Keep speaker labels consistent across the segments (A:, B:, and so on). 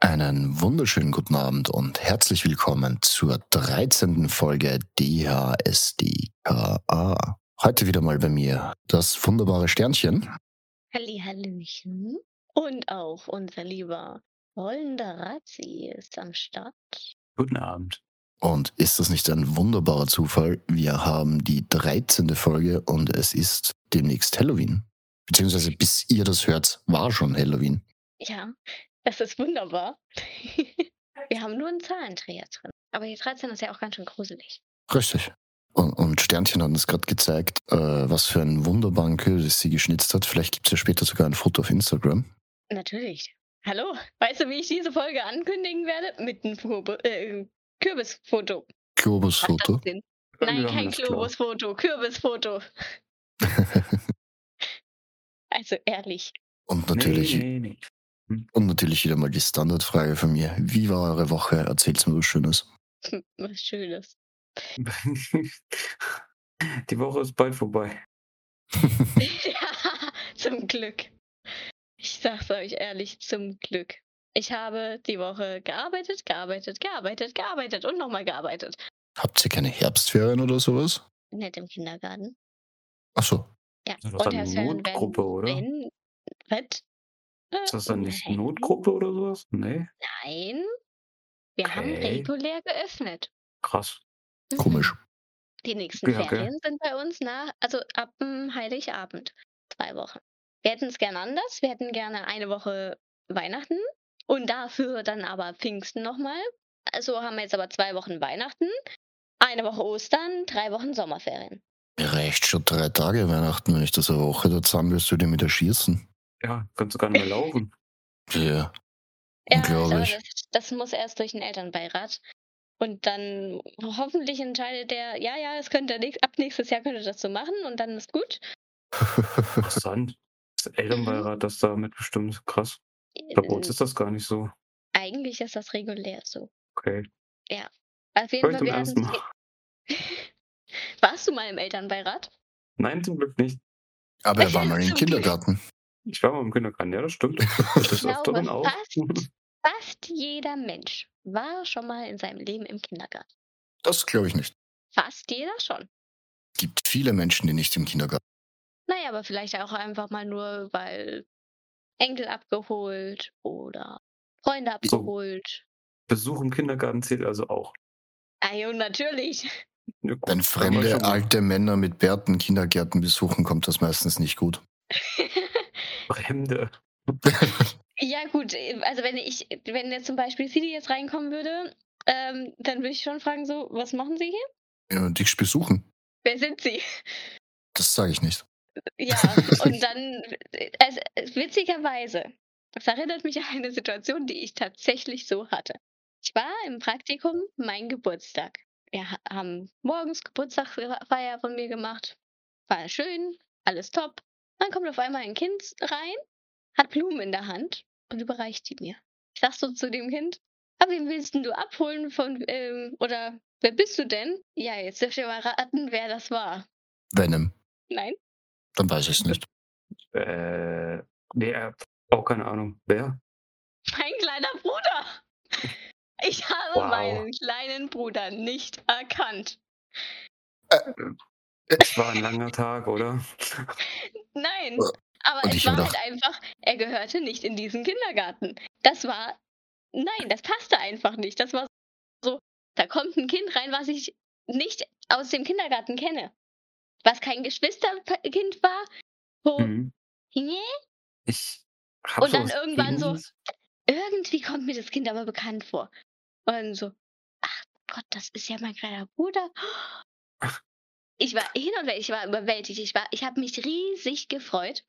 A: Einen wunderschönen guten Abend und herzlich willkommen zur 13. Folge DHSDKA. Heute wieder mal bei mir das wunderbare Sternchen.
B: Halli, Hallöchen. Und auch unser lieber rollender Razzi ist am Start.
C: Guten Abend.
A: Und ist das nicht ein wunderbarer Zufall? Wir haben die 13. Folge und es ist demnächst Halloween. Beziehungsweise bis ihr das hört, war schon Halloween.
B: Ja, das ist wunderbar. Wir haben nur einen Zahlendreher drin. Aber die 13 ist ja auch ganz schön gruselig.
A: Richtig. Und, und Sternchen hat uns gerade gezeigt, äh, was für einen wunderbaren Kürbis sie geschnitzt hat. Vielleicht gibt es ja später sogar ein Foto auf Instagram.
B: Natürlich. Hallo, weißt du, wie ich diese Folge ankündigen werde? Mit einem Probe, äh, Kürbisfoto. Macht
A: Globusfoto.
B: das Sinn? Nein,
C: Ja,
B: kein
C: alles klar.
B: Globusfoto, Kürbisfoto. Also ehrlich,
A: und natürlich
C: Nee, nee, nee.
A: Und natürlich wieder mal die Standardfrage von mir. Wie war eure Woche? Erzählt's mir was Schönes.
B: was Schönes.
C: Die Woche ist bald vorbei.
B: Ja, zum Glück. Ich sag's euch ehrlich, zum Glück. Ich habe die Woche gearbeitet, gearbeitet, gearbeitet, gearbeitet und nochmal gearbeitet.
A: Habt ihr keine Herbstferien oder sowas?
B: Nicht im Kindergarten.
A: Ach so.
B: Ja,
C: Ist das
B: und
C: dann
B: Herbstferien, wenn-
C: Notgruppe, oder?
B: Wenn, was? Äh,
C: Ist das dann nicht
B: nein.
C: Notgruppe oder sowas? Nee,
B: Nein, wir haben
C: Okay.
B: regulär geöffnet.
C: krass.
B: Mhm.
A: Komisch.
B: Die nächsten
C: Ja, okay.
B: Ferien sind bei uns nach, also ab dem Heiligabend. Zwei Wochen. Wir hätten es gerne anders. Wir hätten gerne eine Woche Weihnachten und dafür dann aber Pfingsten nochmal. Also haben wir jetzt aber zwei Wochen Weihnachten, eine Woche Ostern, drei Wochen Sommerferien.
A: Mir reicht schon drei Tage Weihnachten, wenn ich das eine Woche da zusammen willst du dir mit erschießen.
C: Ja, kannst du gar nicht mehr laufen.
A: Ja.
B: Ja, aber
A: Glaub ich.
B: das, das muss erst durch den Elternbeirat. Und dann hoffentlich entscheidet der, ja, ja, es könnte nächst, ab nächstes Jahr könnte das so machen und dann ist gut.
C: Interessant. Das
B: Mhm.
C: Elternbeirat, das da mitbestimmt. Krass. Ich glaub, bei
B: Äh.
C: uns ist das gar nicht so.
B: Eigentlich ist das regulär so.
C: Okay.
B: Auf jeden Fall,
C: Heute zum
B: wir
C: ersten
B: hatten
C: Mal.
B: Warst du mal im Elternbeirat?
C: Nein, zum Glück nicht.
A: Aber er war mal im
B: Zum Glück.
A: Kindergarten.
C: Ich war mal im Kindergarten. Ja, das stimmt. Das
B: glaube,
C: öfteren auch.
B: fast. Fast jeder Mensch war schon mal in seinem Leben im Kindergarten.
A: Das glaube ich nicht.
B: Fast jeder schon.
A: Es gibt viele Menschen, die nicht im Kindergarten.
B: Naja, aber vielleicht auch einfach mal nur, weil Enkel abgeholt oder Freunde
C: So.
B: abgeholt.
C: Besuch im Kindergarten zählt also auch.
B: Ah, jo, natürlich.
C: Ja, gut,
A: Wenn
C: aber schon
A: fremde
C: mal.
A: alte Männer mit Bärten Kindergärten besuchen, kommt das meistens nicht gut.
C: Fremde.
B: Ja, gut, äh, also wenn ich, wenn jetzt zum Beispiel Sidi jetzt reinkommen würde, ähm, dann würde ich schon fragen, so, was machen Sie hier?
A: Ja, dich besuchen.
B: Wer sind Sie?
A: Das sage ich nicht.
B: Ja, und dann, äh, also, äh, witzigerweise, das erinnert mich an eine Situation, die ich tatsächlich so hatte. Ich war im Praktikum mein Geburtstag. Wir ha- haben morgens Geburtstagsfeier von mir gemacht. War schön, alles top. Dann kommt auf einmal ein Kind rein, hat Blumen in der Hand und überreicht die mir. Ich sag so zu dem Kind, ah, wen willst denn du abholen von, ähm, oder wer bist du denn? Ja, jetzt dürft ihr mal raten, wer das war.
A: Venom.
B: Nein?
A: Dann weiß ich es nicht.
C: Äh, nee, äh, auch keine Ahnung. Wer?
B: Mein kleiner Bruder. Ich habe
C: Wow.
B: meinen kleinen Bruder nicht erkannt.
C: Es war ein langer Tag, oder?
B: Nein.
A: Äh,
B: Aber
A: und
B: es
A: ich
B: war
A: hab
B: halt einfach, er gehörte nicht in diesen Kindergarten. Das war, nein, das passte einfach nicht. Das war so, da kommt ein Kind rein, was ich nicht aus dem Kindergarten kenne. Was kein Geschwisterkind war. Wo,
A: Hm.
C: Mhm.
B: nee,
C: Ich hab
B: Und dann
C: sowas
B: irgendwann so-
C: ähnliches.
B: irgendwie kommt mir das Kind aber bekannt vor. Und dann so, ach Gott, das ist ja mein kleiner Bruder. Ich war hin und weg, ich war überwältigt. Ich, war, ich habe mich riesig gefreut.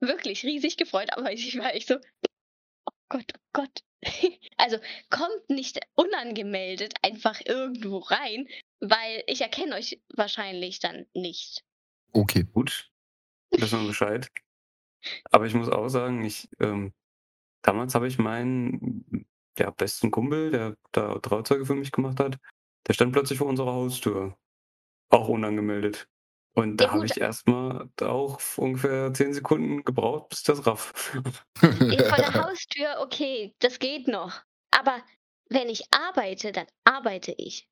B: Wirklich riesig gefreut, aber ich war echt so, oh Gott, oh Gott. Also kommt nicht unangemeldet einfach irgendwo rein, weil ich erkenne euch wahrscheinlich dann nicht.
A: Okay.
C: Gut, wissen wir Bescheid. Aber ich muss auch sagen, ich, ähm, damals habe ich meinen ja, besten Kumpel, der da Trauzeuge für mich gemacht hat, der stand plötzlich vor unserer Haustür. Auch unangemeldet. Und
B: Ja,
C: da habe
B: gut.
C: ich erstmal auch ungefähr zehn Sekunden gebraucht, bis das raff.
B: Vor der Haustür, okay, das geht noch. Aber wenn ich arbeite, dann arbeite ich.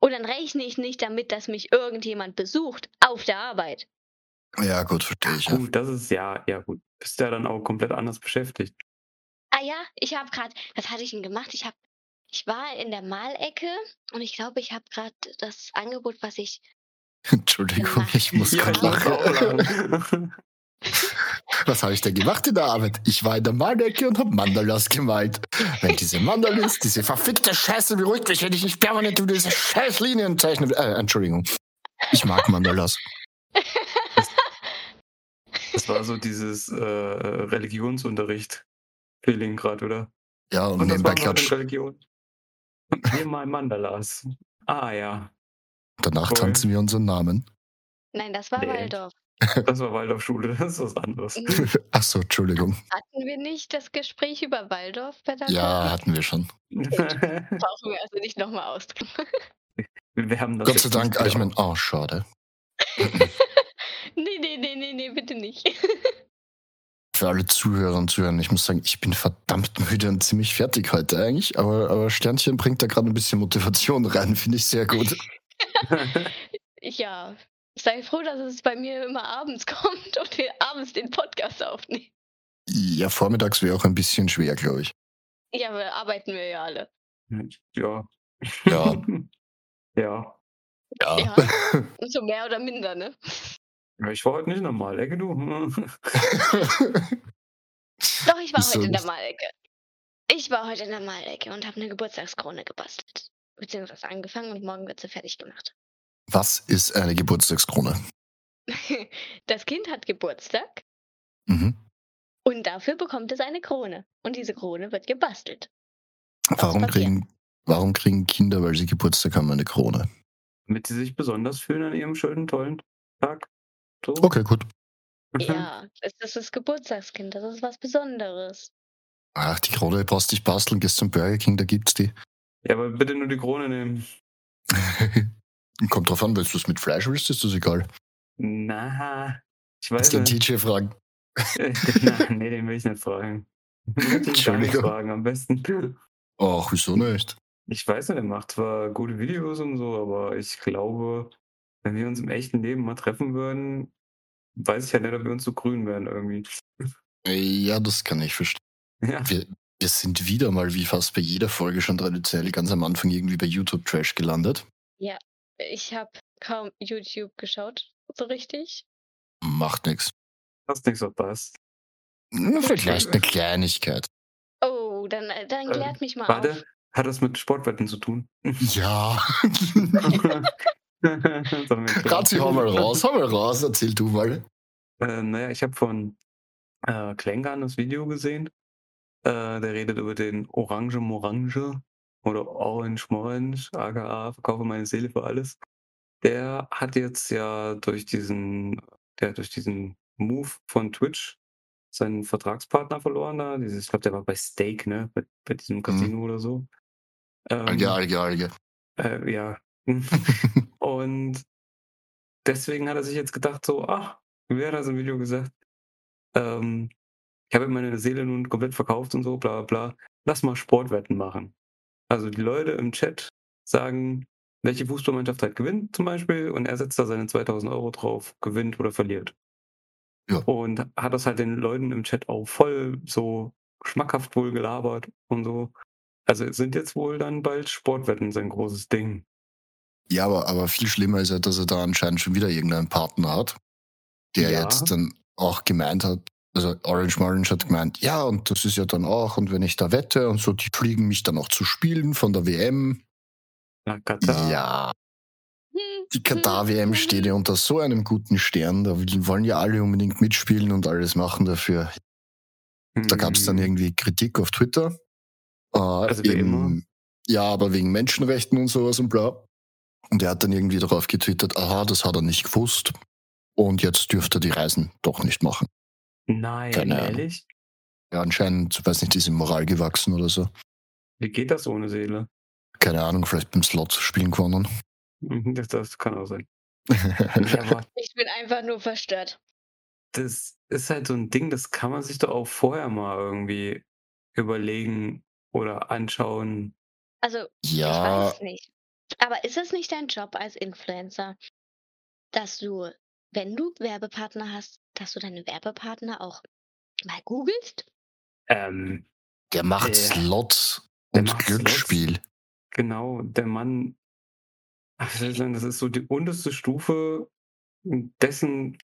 B: Und dann rechne ich nicht damit, dass mich irgendjemand besucht auf der Arbeit.
A: Ja, gut, verstehe ich. Ja.
C: Gut, das ist ja, ja gut. Bist ja dann auch komplett anders beschäftigt.
B: Ah ja, ich habe gerade, was hatte ich denn gemacht? Ich habe, ich war in der Malecke und ich glaube, ich habe gerade das Angebot, was ich
A: Entschuldigung, ich muss
C: Ja,
A: gerade
C: ich muss auch
A: lachen.
C: lachen.
A: Was habe ich denn gemacht in der Arbeit? Ich war in der Malecke und habe Mandalas gemalt. Wenn diese Mandalas, diese verfickte Scheiße beruhigt mich, hätte ich nicht permanent über diese scheiß Linien zeichnen. Äh, Entschuldigung. Ich mag Mandalas.
C: Das war so dieses äh, Religionsunterricht-Feeling gerade, oder?
A: Ja, und,
C: das
A: nebenbei
C: war mal
A: Oh klatsch.
C: in Religion. Nehmen mal Mandalas. Ah ja,
A: Danach
C: Voll.
A: tanzen wir unseren Namen.
B: Nein, das war
C: Nee.
B: Waldorf.
C: das war Waldorfschule, das ist was anderes.
A: Achso, Entschuldigung.
B: Hatten wir nicht das Gespräch über Waldorf bei der
A: Ja, hatten wir schon.
C: wir
B: Brauchen wir also nicht nochmal aus.
C: haben das
A: Gott sei
C: jetzt
A: Dank,
C: nicht
A: ich meine, oh, schade.
B: Nee, nee, nee, nee, nee, bitte nicht.
A: Für alle Zuhörer und Zuhörer, ich muss sagen, ich bin verdammt müde und ziemlich fertig heute eigentlich, aber, aber Sternchen bringt da gerade ein bisschen Motivation rein, finde ich sehr gut.
C: gedacht.
B: Ja, sei froh, dass es bei mir immer abends kommt und wir abends den Podcast aufnehmen.
A: Ja, vormittags wäre auch ein bisschen schwer, glaube ich.
B: Ja, wir arbeiten wir ja alle.
C: ja.
A: Ja.
C: ja.
A: Ah.
B: Ja. So mehr oder minder, ne?
C: Ich war heute nicht normal, ey, du.
B: Doch, ich war
A: Ist so
B: heute in der
A: nicht-
B: Malecke. Ich war heute in der Malecke und habe eine Geburtstagskrone gebastelt. Beziehungsweise angefangen und morgen wird sie fertig gemacht.
A: Was ist eine Geburtstagskrone?
B: Das Kind hat Geburtstag
A: Mhm.
B: und dafür bekommt es eine Krone. Und diese Krone wird gebastelt.
A: Warum
B: Papier.
A: kriegen, warum kriegen Kinder, weil sie Geburtstag haben, eine Krone?
C: Damit sie sich besonders fühlen an ihrem schönen, tollen Tag. So.
A: Okay, gut. Mhm.
B: Ja, das ist das Geburtstagskind. Das ist was Besonderes.
A: Ach, die Krone brauchst dich basteln, gehst zum Burger King, da gibt's die.
C: Ja, aber bitte nur die Krone nehmen.
A: Kommt drauf an, willst du es mit Fleisch willst, ist das egal.
C: Na, ich weiß
A: Kannst den
C: nicht.
A: DJ fragen.
C: Na, Genau, nee, den will ich nicht fragen. Ich will ihn gar nicht
A: Entschuldigung.
C: fragen, am besten.
A: Ach, wieso nicht?
C: Ich weiß nicht, er macht zwar gute Videos und so, aber ich glaube, wenn wir uns im echten Leben mal treffen würden, weiß ich ja nicht, ob wir uns so grün wären irgendwie.
A: Ja, das kann ich verstehen.
C: Ja,
A: Wir, wir sind wieder mal, wie fast bei jeder Folge schon traditionell, ganz am Anfang irgendwie bei YouTube Trash gelandet.
B: Ich habe kaum YouTube geschaut, so richtig.
A: Macht nichts.
C: hast nichts verpasst.
A: Vielleicht eine Kleinigkeit.
B: Oh, dann, äh, dann
C: Ähm,
B: klärt mich mal
C: Warte,
B: auf.
C: hat das mit Sportwetten zu tun?
A: Ja. Ratzi,
C: Ratzi,
A: hau mal raus, hau mal raus, erzähl du mal.
C: Äh, naja, ich habe von äh, Klängern das Video gesehen. Äh, der redet über den Orange Morange oder Orange Morange, aka verkaufe meine Seele für alles. Der hat jetzt ja durch diesen, der hat durch diesen Move von Twitch seinen Vertragspartner verloren da. Dieses, ich glaube, der war bei Stake, ne? Bei, bei diesem Casino oder so. Ähm,
A: Alge, Alge, Alge.
C: äh, ja. Und deswegen hat er sich jetzt gedacht, so, ach, wie hat er so im Video gesagt, ähm, ich habe meine Seele nun komplett verkauft und so, bla bla. bla. Lass mal Sportwetten machen. Also die Leute im Chat sagen, welche Fußballmannschaft halt gewinnt zum Beispiel und er setzt da seine 2000 Euro drauf, gewinnt oder verliert.
A: Ja.
C: Und hat das halt den Leuten im Chat auch voll so schmackhaft wohl gelabert und so. Also es sind jetzt wohl dann bald Sportwetten sein großes Ding.
A: Ja, aber, aber viel schlimmer ist ja, dass er da anscheinend schon wieder irgendeinen Partner hat, der
C: Ja.
A: jetzt dann auch gemeint hat, also Orange Orange hat gemeint, ja, und das ist ja dann auch, und wenn ich da wette und so, die fliegen mich dann auch zu spielen von der WM.
C: Na, Katar.
A: Ja,
B: Hm,
A: die Katar-WM steht ja unter so einem guten Stern, da will- wollen ja alle unbedingt mitspielen und alles machen dafür. Da gab es dann
C: Hm.
A: irgendwie Kritik auf Twitter. Äh,
C: Also wie immer.
A: Ja, aber wegen Menschenrechten und sowas und bla. Und er hat dann irgendwie darauf getwittert, aha, das hat er nicht gewusst. Und jetzt dürfte er die Reisen doch nicht machen.
C: Nein,
A: Keine Ahnung.
C: ehrlich?
A: Ja, anscheinend, weiß nicht, ist ihm Moral gewachsen oder so.
C: Wie geht das ohne Seele?
A: Keine Ahnung, vielleicht beim Slot spielen gewonnen.
C: Mhm, Das, das kann auch sein. Ja, aber
B: Ich bin einfach nur verstört.
C: das ist halt so ein Ding, das kann man sich doch auch vorher mal irgendwie überlegen, oder anschauen.
B: Also, ich
A: Ja,
B: weiß es nicht. Aber ist es nicht dein Job als Influencer, dass du, wenn du Werbepartner hast, dass du deine Werbepartner auch mal googelst?
C: Ähm,
A: der macht
C: Ja.
A: Slot
C: Der
A: und
C: macht
A: Glücksspiel.
C: genau, der Mann, ach, wie soll ich sagen, das ist so die unterste Stufe dessen,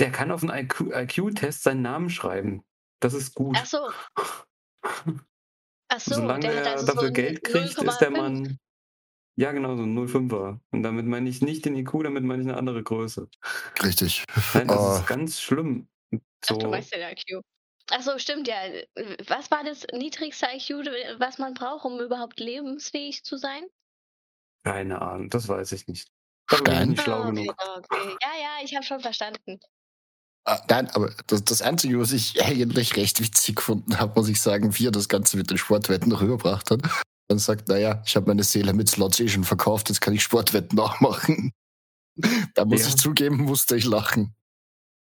C: der kann auf einen IQ IQ-Test seinen Namen schreiben. Das ist gut.
B: Ach so. Ach so,
C: Solange
B: der hat
C: er
B: also so
C: dafür
B: ein
C: Geld kriegt, ist
B: 0,5.
C: der Mann. Ja, genau, so ein 05er. Und damit meine ich nicht den IQ, damit meine ich eine andere Größe.
A: Richtig.
C: Nein, das
A: Ah.
C: ist ganz schlimm.
B: Ach, du
C: So,
B: weißt ja der IQ. Ach so, stimmt ja. Äh, Was war das niedrigste IQ, was man braucht, um überhaupt lebensfähig zu sein?
C: keine Ahnung, das weiß ich nicht. Darüber bin ich
A: Stein?
C: nicht schlau
B: Ah, okay,
C: genug.
B: ah, okay. Ja, ja, ich habe schon verstanden.
A: Ah, Nein, aber das, das Einzige, was ich eigentlich recht witzig gefunden habe, muss ich sagen, wie er das Ganze mit den Sportwetten rüberbracht hat. Dann sagt, naja, ich habe meine Seele mit Slots eh schon verkauft, jetzt kann ich Sportwetten auch machen. Da muss
C: Ja.
A: ich zugeben, musste ich lachen.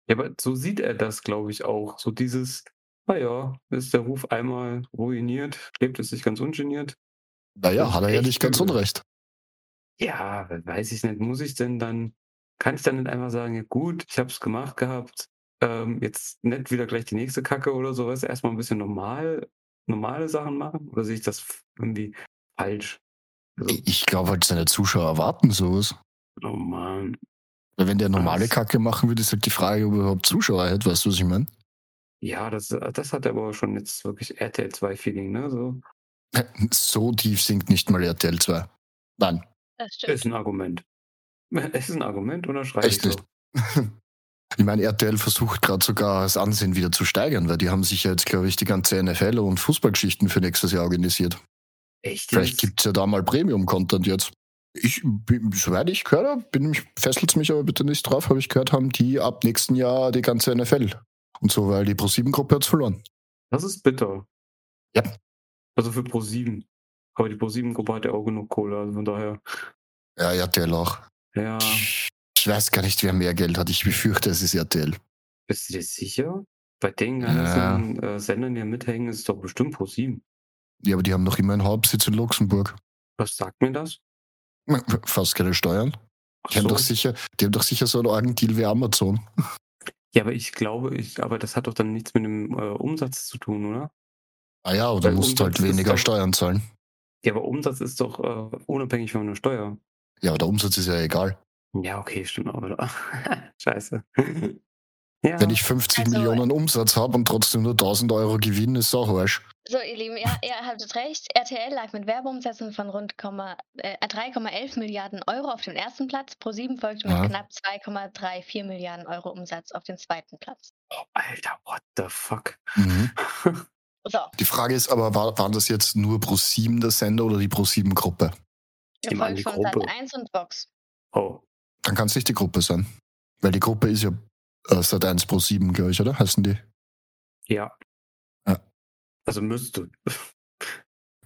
C: Ja, aber so sieht er das, glaube ich, auch. So dieses, naja, ist der Ruf einmal ruiniert, lebt es sich ganz ungeniert. Das
A: Naja,
C: ist
A: hat er ja
C: echt
A: nicht ganz
C: übel.
A: unrecht.
C: Ja, weiß ich nicht, muss ich denn dann, kann ich dann nicht einfach sagen, ja gut, ich habe es gemacht gehabt, ähm, jetzt nicht wieder gleich die nächste Kacke oder sowas, erstmal ein bisschen normal, normale Sachen machen? Oder sehe ich das f- irgendwie falsch? Also,
A: Ich- Ich glaube halt, seine Zuschauer erwarten sowas.
C: oh Mann.
A: Weil Wenn der normale
C: Was?
A: Kacke machen würde, ist halt die Frage, ob er überhaupt Zuschauer hat, weißt du, was ich meine?
C: Ja, das, äh, das hat aber schon jetzt wirklich RTL 2-Feeling, ne? So,
A: So tief sinkt nicht mal RTL 2. Nein,
B: Das stimmt.
C: ist ein Argument. Ist ein Argument, unterschreibe ich
A: echt
C: so.
A: nicht. Ich meine, RTL versucht gerade sogar das Ansehen wieder zu steigern, weil die haben sich ja jetzt, glaube ich, die ganze NFL- und Fußballgeschichten für nächstes Jahr organisiert.
C: Echt?
A: Vielleicht
C: jetzt?
A: gibt es ja da mal Premium-Content jetzt. Ich, bin, soweit ich gehört habe, fesselt mich aber bitte nicht drauf, habe ich gehört, haben die ab nächsten Jahr die ganze NFL. Und so, weil die Pro-7-Gruppe hat verloren.
C: Das ist bitter.
A: Ja.
C: Also für Pro7. Aber die Pro7-Gruppe hat ja auch genug Kohle, also von daher.
A: Ja, RTL auch.
C: Ja,
A: Ich weiß gar nicht, wer mehr Geld hat. Ich befürchte, es ist RTL.
C: bist du dir sicher? Bei den
A: Ja.
C: ganzen äh, Sendern, die da mithängen, ist doch bestimmt Pro7.
A: Ja, aber die haben noch immer einen Hauptsitz in Luxemburg.
C: Was sagt mir das?
A: Fast keine Steuern.
C: Ach
A: Die haben,
C: so.
A: doch sicher, die haben doch sicher so einen Orgendeal wie Amazon.
C: Ja, aber ich glaube, ich, aber das hat doch dann nichts mit dem äh, Umsatz zu tun, oder?
A: Ah ja, aber du
C: Weil
A: musst
C: Umsatz
A: halt
C: ist
A: weniger
C: doch-
A: Steuern zahlen.
C: Ja, aber Umsatz ist doch äh, unabhängig von der Steuer.
A: Ja, aber der Umsatz ist ja egal.
C: Ja, okay, stimmt auch wieder. Scheiße. ja,
A: Wenn ich 50
B: Also-
A: Millionen Umsatz habe und trotzdem nur 1000 Euro Gewinn, ist auch Arsch.
B: So, ihr Lieben, ja, ihr habtet recht. RTL lag mit Werbeumsätzen von rund Komma- äh, 3,11 Milliarden Euro auf dem ersten Platz. Pro7 folgte mit
A: Ja.
B: knapp 2,34 Milliarden Euro Umsatz auf den zweiten Platz.
C: Alter, what the fuck?
A: Mhm.
B: So,
A: Die Frage ist aber, war, waren das jetzt nur Pro7 der Sender oder die Pro7-Gruppe?
C: Ich nehme an,
B: gefolgt
C: die
B: von
C: Gruppe.
B: Sat 1 und Vox.
C: Oh,
A: Dann kann es nicht die Gruppe sein. Weil die Gruppe ist ja äh, seit 1 Pro7, glaube ich, oder? Heißen die?
C: ja.
A: Ja.
C: Also müsste.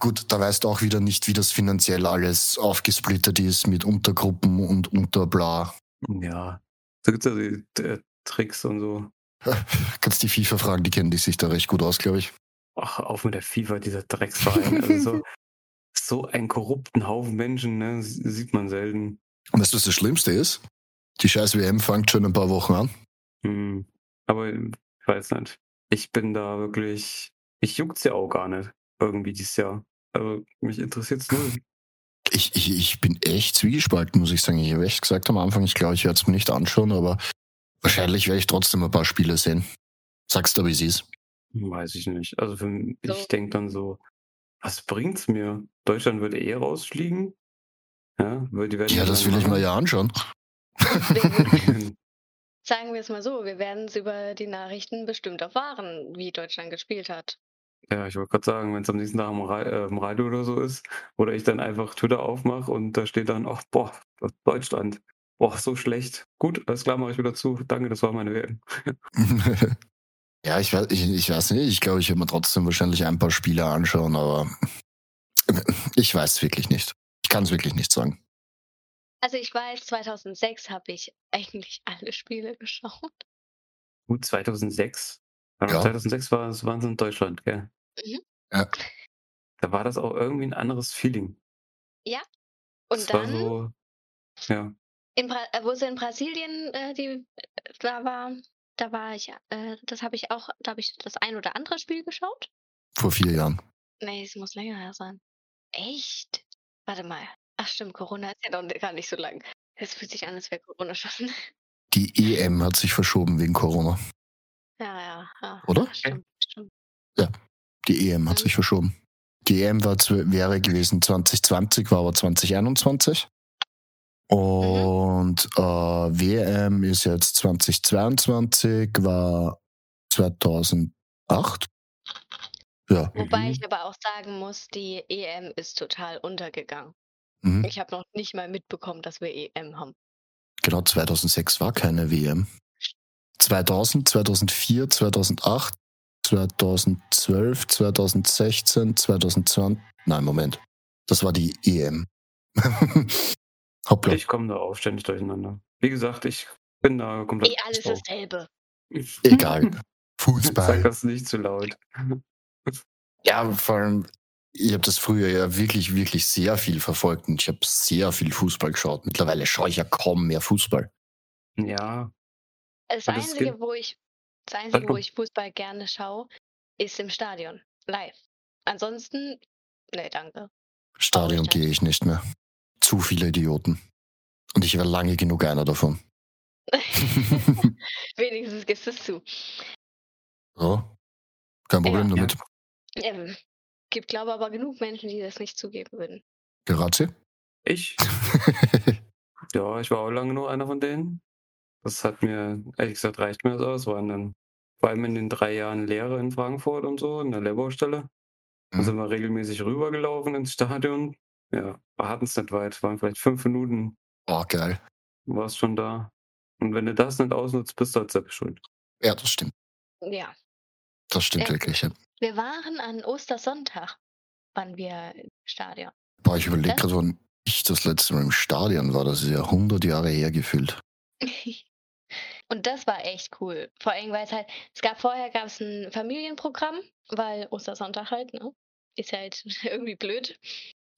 A: Gut, da weißt du auch wieder nicht, wie das finanziell alles aufgesplittert ist mit Untergruppen und Unterbla.
C: Ja. Da gibt es ja die äh, Tricks und so.
A: Kannst die FIFA fragen, die kennen die sich da recht gut aus, glaube ich.
C: Ach, auf mit der FIFA, dieser Drecksverein. Also so, so einen korrupten Haufen Menschen, ne, s- sieht man selten.
A: Und weißt du, was das Schlimmste ist? Die scheiß WM fängt schon in ein paar Wochen an.
C: Hm. Aber ich weiß nicht. Ich bin da wirklich. Ich juckt's ja auch gar nicht. Irgendwie dieses Jahr. Also mich interessiert's null.
A: Ich, ich, ich bin echt zwiegespalten, muss ich sagen. Ich habe echt gesagt am Anfang, ich glaube, ich werde es mir nicht anschauen, aber wahrscheinlich werde ich trotzdem ein paar Spiele sehen. Sagst du, wie es ist?
C: Weiß ich nicht. Also für mich,
B: So.
C: ich denke dann so, was bringt's mir? Deutschland würde eh rausfliegen. Ja, weil die werden
A: Ja, das will ich mir ja anschauen.
B: Deswegen
C: ja.
B: sagen wir es mal so, wir werden es über die Nachrichten bestimmt erfahren, wie Deutschland gespielt hat.
C: Ja, ich wollte gerade sagen, wenn es am nächsten Tag im, Ra äh, im Radio oder so ist, oder ich dann einfach Twitter aufmache und da steht dann, ach boah, das Deutschland, boah, so schlecht. Gut, alles klar, mache ich wieder zu. Danke, das war meine WM.
A: ja, ich weiß, ich, ich weiß nicht. Ich glaube, ich werde mir trotzdem wahrscheinlich ein paar Spiele anschauen, aber ich weiß es wirklich nicht. Ich kann es wirklich nicht sagen.
B: Also ich weiß, 2006 habe ich eigentlich alle Spiele geschaut.
C: Gut, 2006. Ja.
A: Ja.
C: 2006 war es Wahnsinn Deutschland, gell?
B: Mhm.
A: Ja.
C: da war das auch irgendwie ein anderes Feeling.
B: Ja.
C: das
B: Und
C: war
B: dann,
C: so, ja.
B: in Bra äh, wo sie in Brasilien äh, die, da war, da war ich, äh, das habe ich auch, da habe ich das ein oder andere Spiel geschaut.
A: Vor vier Jahren.
B: Nee, es muss länger her sein. Echt? Warte mal. Ach stimmt, Corona ist ja noch gar nicht so lang. Es fühlt sich an, als wäre Corona schon.
A: Die EM hat sich verschoben wegen Corona.
B: Ja, ja. ja.
A: Oder?
B: Ach, Stimmt, stimmt.
A: Die EM hat
B: Mhm.
A: sich verschoben. Die EM war, zw- wäre gewesen 2020, war aber 2021. Und äh, WM ist jetzt 2022, war 2008. Ja.
B: Wobei
C: Mhm.
B: ich aber auch sagen muss, die EM ist total untergegangen.
A: Mhm.
B: Ich habe noch nicht mal mitbekommen, dass wir EM haben.
A: Genau, 2006 war keine WM. 2000, 2004, 2008, 2012, 2016, 2020. Nein, Moment. Das war die EM. Hoppla.
C: Ich komme da auch ständig durcheinander. Wie gesagt, ich bin da komplett.
B: Eh, alles
C: raus.
B: dasselbe.
A: Egal.
C: Sag
A: Fußball.
C: das nicht zu laut.
A: Ja, vor allem, ich habe das früher ja wirklich, wirklich sehr viel verfolgt und ich habe sehr viel Fußball geschaut. Mittlerweile schaue ich ja kaum mehr Fußball.
C: Ja,
B: Äh, Das
C: Aber das
B: Einzige,
C: geht-
B: wo ich, das
C: Sag
B: Einzige,
C: du.
B: wo ich Fußball gerne schaue, ist im Stadion. Live. Ansonsten, nee, danke.
A: Stadion gehe ich nicht mehr. Zu viele Idioten. Und ich war lange genug einer davon.
B: Wenigstens gibst du es zu.
A: Ja, kein Problem
C: Ja.
A: damit.
B: Ähm, gibt, glaube aber genug Menschen, die das nicht zugeben würden.
A: Grazie.
C: ich, ja, ich war auch lange nur einer von denen. Das hat mir, ehrlich gesagt, reicht mir das aus. Waren dann, vor allem in den drei Jahren Lehre in Frankfurt und so, in der Lehrbaustelle. Da
A: Mhm.
C: sind wir regelmäßig rübergelaufen ins Stadion. Ja, wir hatten es nicht weit, waren vielleicht fünf Minuten,
A: oh, geil.
C: war es schon da. Und wenn du das nicht ausnutzt, bist du halt selbst schuld.
A: Ja, das stimmt.
B: Ja.
A: Das stimmt
B: Ja.
A: wirklich. Ja.
B: Wir waren an Ostersonntag, waren wir im Stadion.
A: Boah, ich überlege
B: Das-
A: gerade, wann ich das letzte Mal im Stadion war. Das ist ja 100 Jahre her gefühlt.
B: Und das war echt cool. Vor allem, weil es halt, es gab vorher gab es ein Familienprogramm, weil Ostersonntag halt, ne? Ist halt irgendwie blöd.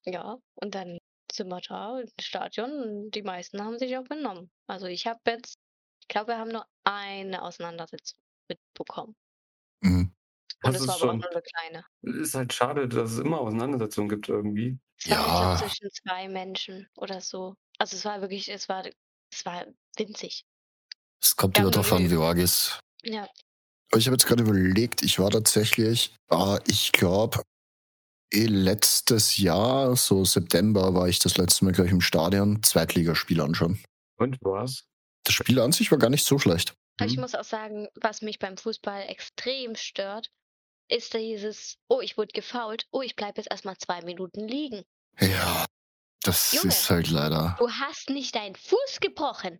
B: Ja, und dann sind wir da im Stadion und die meisten haben sich auch benommen. Also ich habe jetzt, ich glaube, wir haben nur eine Auseinandersetzung mitbekommen.
A: Mhm.
B: Und
C: Das
B: das,
C: ist
B: war aber
C: schon-
B: auch nur eine kleine.
C: Ist halt schade, dass es immer Auseinandersetzungen gibt irgendwie.
B: Es war ich
A: Ja.
B: glaub, zwischen zwei Menschen oder so. Also es war wirklich, es war, es war winzig.
A: Es kommt
B: Ja,
A: immer darauf an,
B: natürlich.
A: wie arg ist.
B: Ja,
A: Aber Ich habe jetzt gerade überlegt, ich war tatsächlich, ah, ich glaube, letztes Jahr, so September, war ich das letzte Mal gleich im Stadion Zweitligaspiel anschauen.
C: Und was?
A: Das Spiel an sich war gar nicht so schlecht.
B: aber Also, ich
C: Mhm.
B: muss auch sagen, was mich beim Fußball extrem stört, ist dieses, oh, ich wurde gefault, oh, ich bleibe jetzt erstmal zwei Minuten liegen.
A: Ja, das
B: Junge.
A: ist halt leider.
B: Du hast nicht deinen Fuß gebrochen.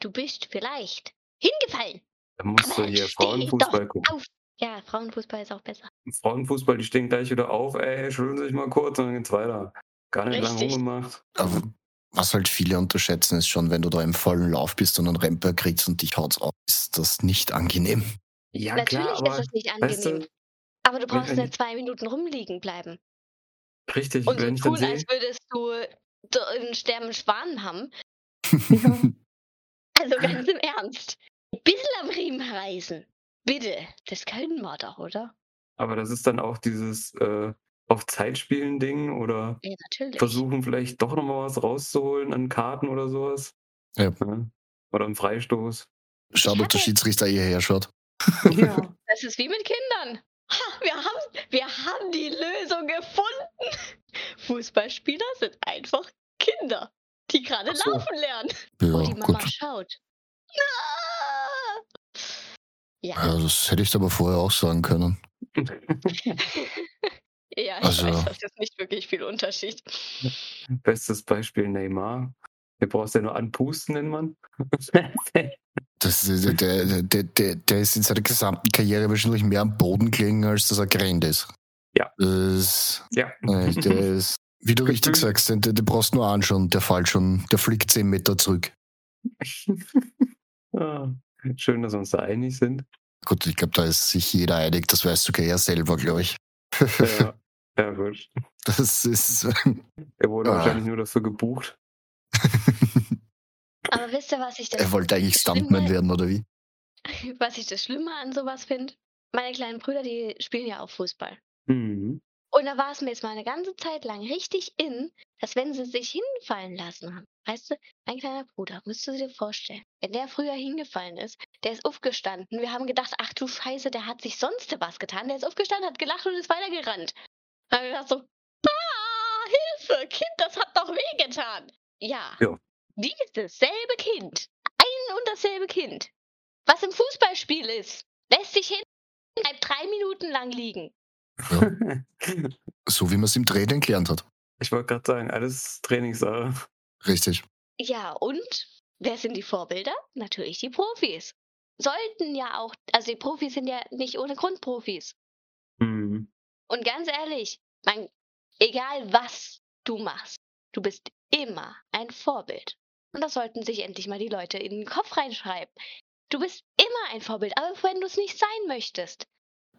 B: Du bist vielleicht hingefallen.
C: Da musst du
B: Aber
C: hier
B: steh
C: Frauenfußball gucken.
B: Auf. Ja, Frauenfußball ist auch besser.
C: Frauenfußball, die stehen gleich wieder auf, ey, schütteln sich mal kurz und dann geht's weiter. Gar nicht lange
B: Richtig.
C: rumgemacht.
A: Aber was halt viele unterschätzen, ist schon, wenn du da im vollen Lauf bist und einen Remper kriegst und dich haut's auf, ist das nicht angenehm.
C: Ja,
B: Natürlich also,
C: klar, aber
B: ist es nicht angenehm.
C: weißt du,
B: aber du brauchst
C: wenn-
B: nicht zwei Minuten rumliegen bleiben.
C: richtig,
B: Und so
C: wenn ich dann
B: tun,
C: sehe,
B: als würdest du so einen sterbenden Schwan haben.
C: Ah.
B: Also ganz im Ernst. Ein bisschen am Riemen reißen. Bitte. Das können wir doch, oder?
C: aber das ist dann auch dieses äh, auf Zeit spielen Ding oder
B: Ja, natürlich.
C: versuchen vielleicht doch nochmal was rauszuholen an Karten oder sowas.
A: Ja.
C: Ne? Oder im Freistoß.
A: Schau,
B: Ich
A: ob der
B: hatte-
A: Schiedsrichter hierher schaut.
C: Ja.
B: Das ist wie mit Kindern. Ha, wir, haben, wir haben die Lösung gefunden. Fußballspieler sind einfach Kinder, die gerade
C: Ach so.
B: laufen lernen.
A: Ja,
B: Und die Mama
A: gut.
B: schaut. Ah! Ja,
A: Ja, das hätte ich dir aber vorher auch sagen können.
B: ja ich
A: Also-
B: weiß, das ist nicht wirklich viel Unterschied.
C: Bestes Beispiel Neymar. Den brauchst du ja nur anpusten, den Mann.
A: Das, ist- der, der, der, der, der ist in seiner gesamten Karriere wahrscheinlich mehr am Boden gelegen, als dass er gerannt ist.
C: Ja.
A: Das,
C: ja.
A: äh, der ist, wie du richtig
C: Gefühlt.
A: sagst, den, den den brauchst du nur anschauen, der fällt schon, der fliegt 10 Meter zurück.
C: ah, schön, dass wir uns da einig sind.
A: Gut, ich glaube, da ist sich jeder einig, das weißt du ja selber, glaube ich.
C: Ja. Ja, gut.
A: Das ist.
C: Er wurde
A: Ah.
C: wahrscheinlich nur dafür gebucht.
B: Aber wisst ihr, was ich das
A: er wollte eigentlich Stuntman werden, oder wie?
B: was ich das Schlimme an sowas finde? Meine kleinen Brüder, die spielen ja auch Fußball.
C: Mhm.
B: Und da war es mir jetzt mal eine ganze Zeit lang richtig in, dass wenn sie sich hinfallen lassen haben, weißt du, mein kleiner Bruder, musst du dir vorstellen, wenn der früher hingefallen ist, der ist aufgestanden. Wir haben gedacht, ach du Scheiße, der hat sich sonst was getan. Der ist aufgestanden, hat gelacht und ist weitergerannt. Da haben wir gedacht so, ah, Hilfe, Kind, das hat doch wehgetan. Ja,
C: Ja.
B: dieses selbe Kind, ein und dasselbe Kind, was im Fußballspiel ist, lässt sich hin, bleibt drei Minuten lang liegen.
A: So wie man es im Training gelernt hat.
C: Ich wollte gerade sagen, alles Trainingssache.
A: Richtig.
B: Ja, und wer sind die Vorbilder? Natürlich die Profis. Sollten ja auch, also die Profis sind ja nicht ohne Grund Profis.
C: Mhm.
B: Und ganz ehrlich, man, egal was du machst, du bist immer ein Vorbild. Und das sollten sich endlich mal die Leute in den Kopf reinschreiben. Du bist immer ein Vorbild, aber wenn du es nicht sein möchtest.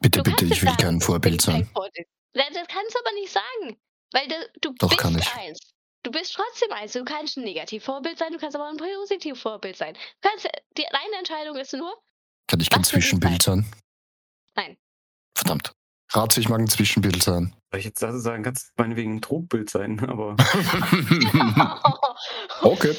A: Bitte,
B: Du
A: bitte,
B: kannst
A: ich will
B: sagen,
A: kein Vorbild
B: dass du kein
A: sein.
B: Vorbild bist. Das kannst du aber nicht sagen, weil du, du
A: Doch,
B: bist
A: kann ich.
B: eins. Du bist trotzdem eins. Du kannst ein Negativvorbild sein, du kannst aber auch ein Positivvorbild sein. Du kannst, die deine Entscheidung ist nur,
A: Kann ich kein
B: Was will ich
A: Zwischenbild sein?
B: Nein.
A: Verdammt. Ratze, ich mag ein Zwischenbild sein.
C: Soll ich jetzt dazu sagen, kann es meinetwegen ein Trugbild sein, aber
A: okay.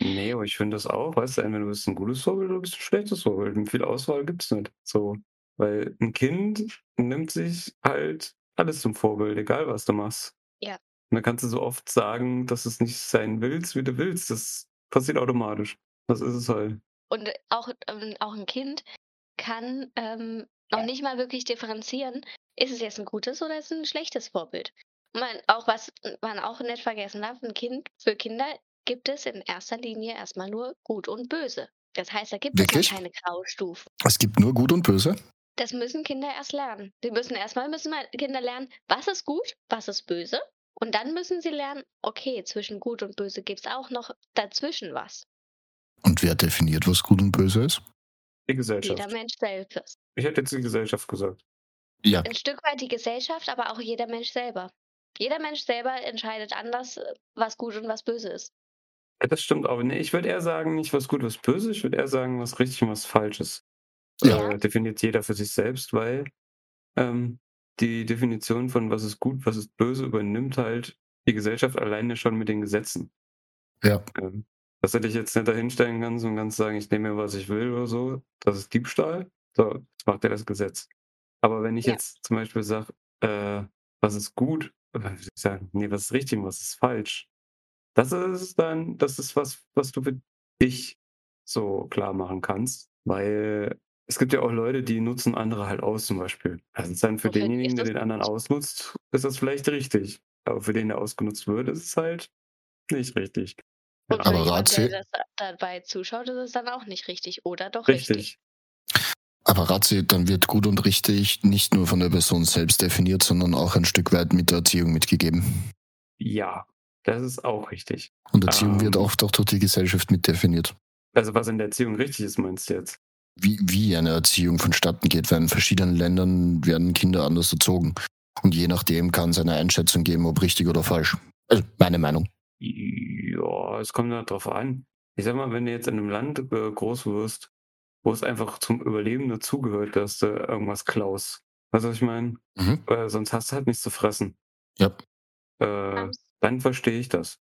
C: nee, aber ich finde das auch, weißt du, entweder du bist ein gutes Vorbild oder du bist ein schlechtes Vorbild. Und viel Auswahl gibt es nicht. So. Weil ein Kind nimmt sich halt alles zum Vorbild, egal was du machst.
B: Ja.
C: Und dann kannst du so oft sagen, dass du es nicht sein willst, wie du willst. Das passiert automatisch. Das ist es halt.
B: Und auch, ähm, auch ein Kind kann ähm, noch nicht mal wirklich differenzieren, ist es jetzt ein gutes oder ist es ein schlechtes Vorbild. Und Man, auch was man auch nicht vergessen darf, ein Kind, für Kinder gibt es in erster Linie erstmal nur gut und böse. Das heißt, da gibt
A: Wirklich?
B: es noch keine Graustufen.
A: Es gibt nur Gut und Böse.
B: Das müssen Kinder erst lernen. Sie müssen erstmal müssen mal Kinder lernen, was ist gut, was ist böse. Und dann müssen sie lernen, okay, zwischen gut und böse gibt es auch noch dazwischen was.
A: Und wer definiert, was Gut und Böse ist?
C: Die Gesellschaft.
B: Jeder Mensch selbst.
C: Ich hätte jetzt die Gesellschaft gesagt.
A: Ja,
B: ein Stück weit die Gesellschaft, aber auch jeder Mensch selber. Jeder Mensch selber entscheidet anders, äh, was gut und was böse ist.
C: Ja, Das stimmt auch. Nee, ich würde eher sagen, nicht was gut, was böse. Ich würde eher sagen, was richtig und was falsch ist.
B: Ja.
C: Äh, definiert jeder für sich selbst, weil ähm, die Definition von was ist gut, was ist böse übernimmt halt die Gesellschaft alleine schon mit den Gesetzen.
A: Ja.
C: Ähm, dass du dich jetzt nicht dahinstellen kannst und kannst sagen, ich nehme mir, was ich will oder so, das ist Diebstahl. So, das macht ja das Gesetz. Aber wenn ich
B: Ja.
C: jetzt zum Beispiel sage, äh, was ist gut, äh, wie soll ich sagen, nee, was ist richtig und was ist falsch, das ist dann, das ist was, was du für dich so klar machen kannst, weil es gibt ja auch Leute, die nutzen andere halt aus, zum Beispiel. Also es ist dann für
B: Und für die Oh,
C: denjenigen,
B: ist
C: der
B: das
C: den anderen ausnutzt, ist das vielleicht richtig. Aber für den, der ausgenutzt wird, ist es halt nicht richtig.
B: Und
C: Ja,
B: für
A: aber
B: jemanden,
A: Razzi-
B: der das äh, dabei zuschaut, ist es dann auch nicht richtig oder doch richtig.
C: richtig.
A: aber Razzi, dann wird gut und richtig nicht nur von der Person selbst definiert, sondern auch ein Stück weit mit der Erziehung mitgegeben.
C: Ja, das ist auch richtig.
A: Und Erziehung
C: Ähm.
A: wird oft auch durch die Gesellschaft mitdefiniert.
C: Also was in der Erziehung richtig ist, meinst du jetzt?
A: Wie, wie eine Erziehung vonstatten geht, weil in verschiedenen Ländern werden Kinder anders erzogen. Und je nachdem kann es eine Einschätzung geben, ob richtig oder falsch. Also meine Meinung.
C: Ja, es kommt halt drauf an. Ich sag mal, wenn du jetzt in einem Land äh, groß wirst, wo es einfach zum Überleben dazugehört, dass du irgendwas klaust. Weißt du, was ich meine?
A: Mhm.
C: Äh, sonst hast du halt nichts zu fressen.
A: Ja.
C: Äh, dann verstehe ich das.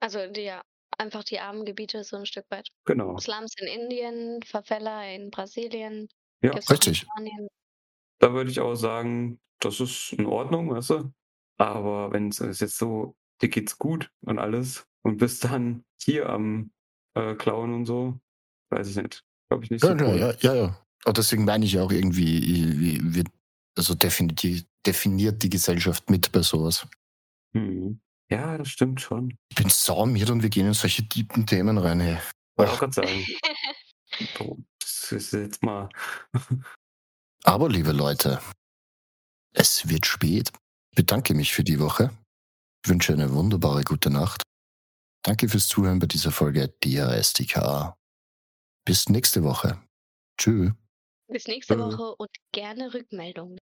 B: Also die, ja, einfach die armen Gebiete so ein Stück weit.
C: Genau.
B: Slums in Indien, Verfäller in Brasilien.
C: Ja,
B: gibt's auch in
A: richtig.
B: Spanien.
C: Da würde ich auch sagen, das ist in Ordnung, weißt du? Aber wenn es ist jetzt so, dir geht's gut und alles und bist dann hier am äh, Klauen und so, weiß ich nicht. Glaube ich nicht
A: Ja,
C: so
A: ja,
C: cool.
A: ja, ja, ja. Aber deswegen meine ich ja auch irgendwie, irgendwie wird, also definitiv, definiert die Gesellschaft mit bei sowas.
C: Mhm. ja, das stimmt schon.
A: Ich bin saumiert und wir gehen in solche tiefen Themen rein. Hey.
C: Wollte auch gerade sagen. So, Das ist jetzt mal.
A: Aber liebe Leute, es wird spät. Ich bedanke mich für die Woche. Ich wünsche eine wunderbare gute Nacht. Danke fürs Zuhören bei dieser Folge DRSDK. Bis nächste Woche. Tschüss.
B: Bis nächste
C: Mhm.
B: Woche und gerne Rückmeldungen.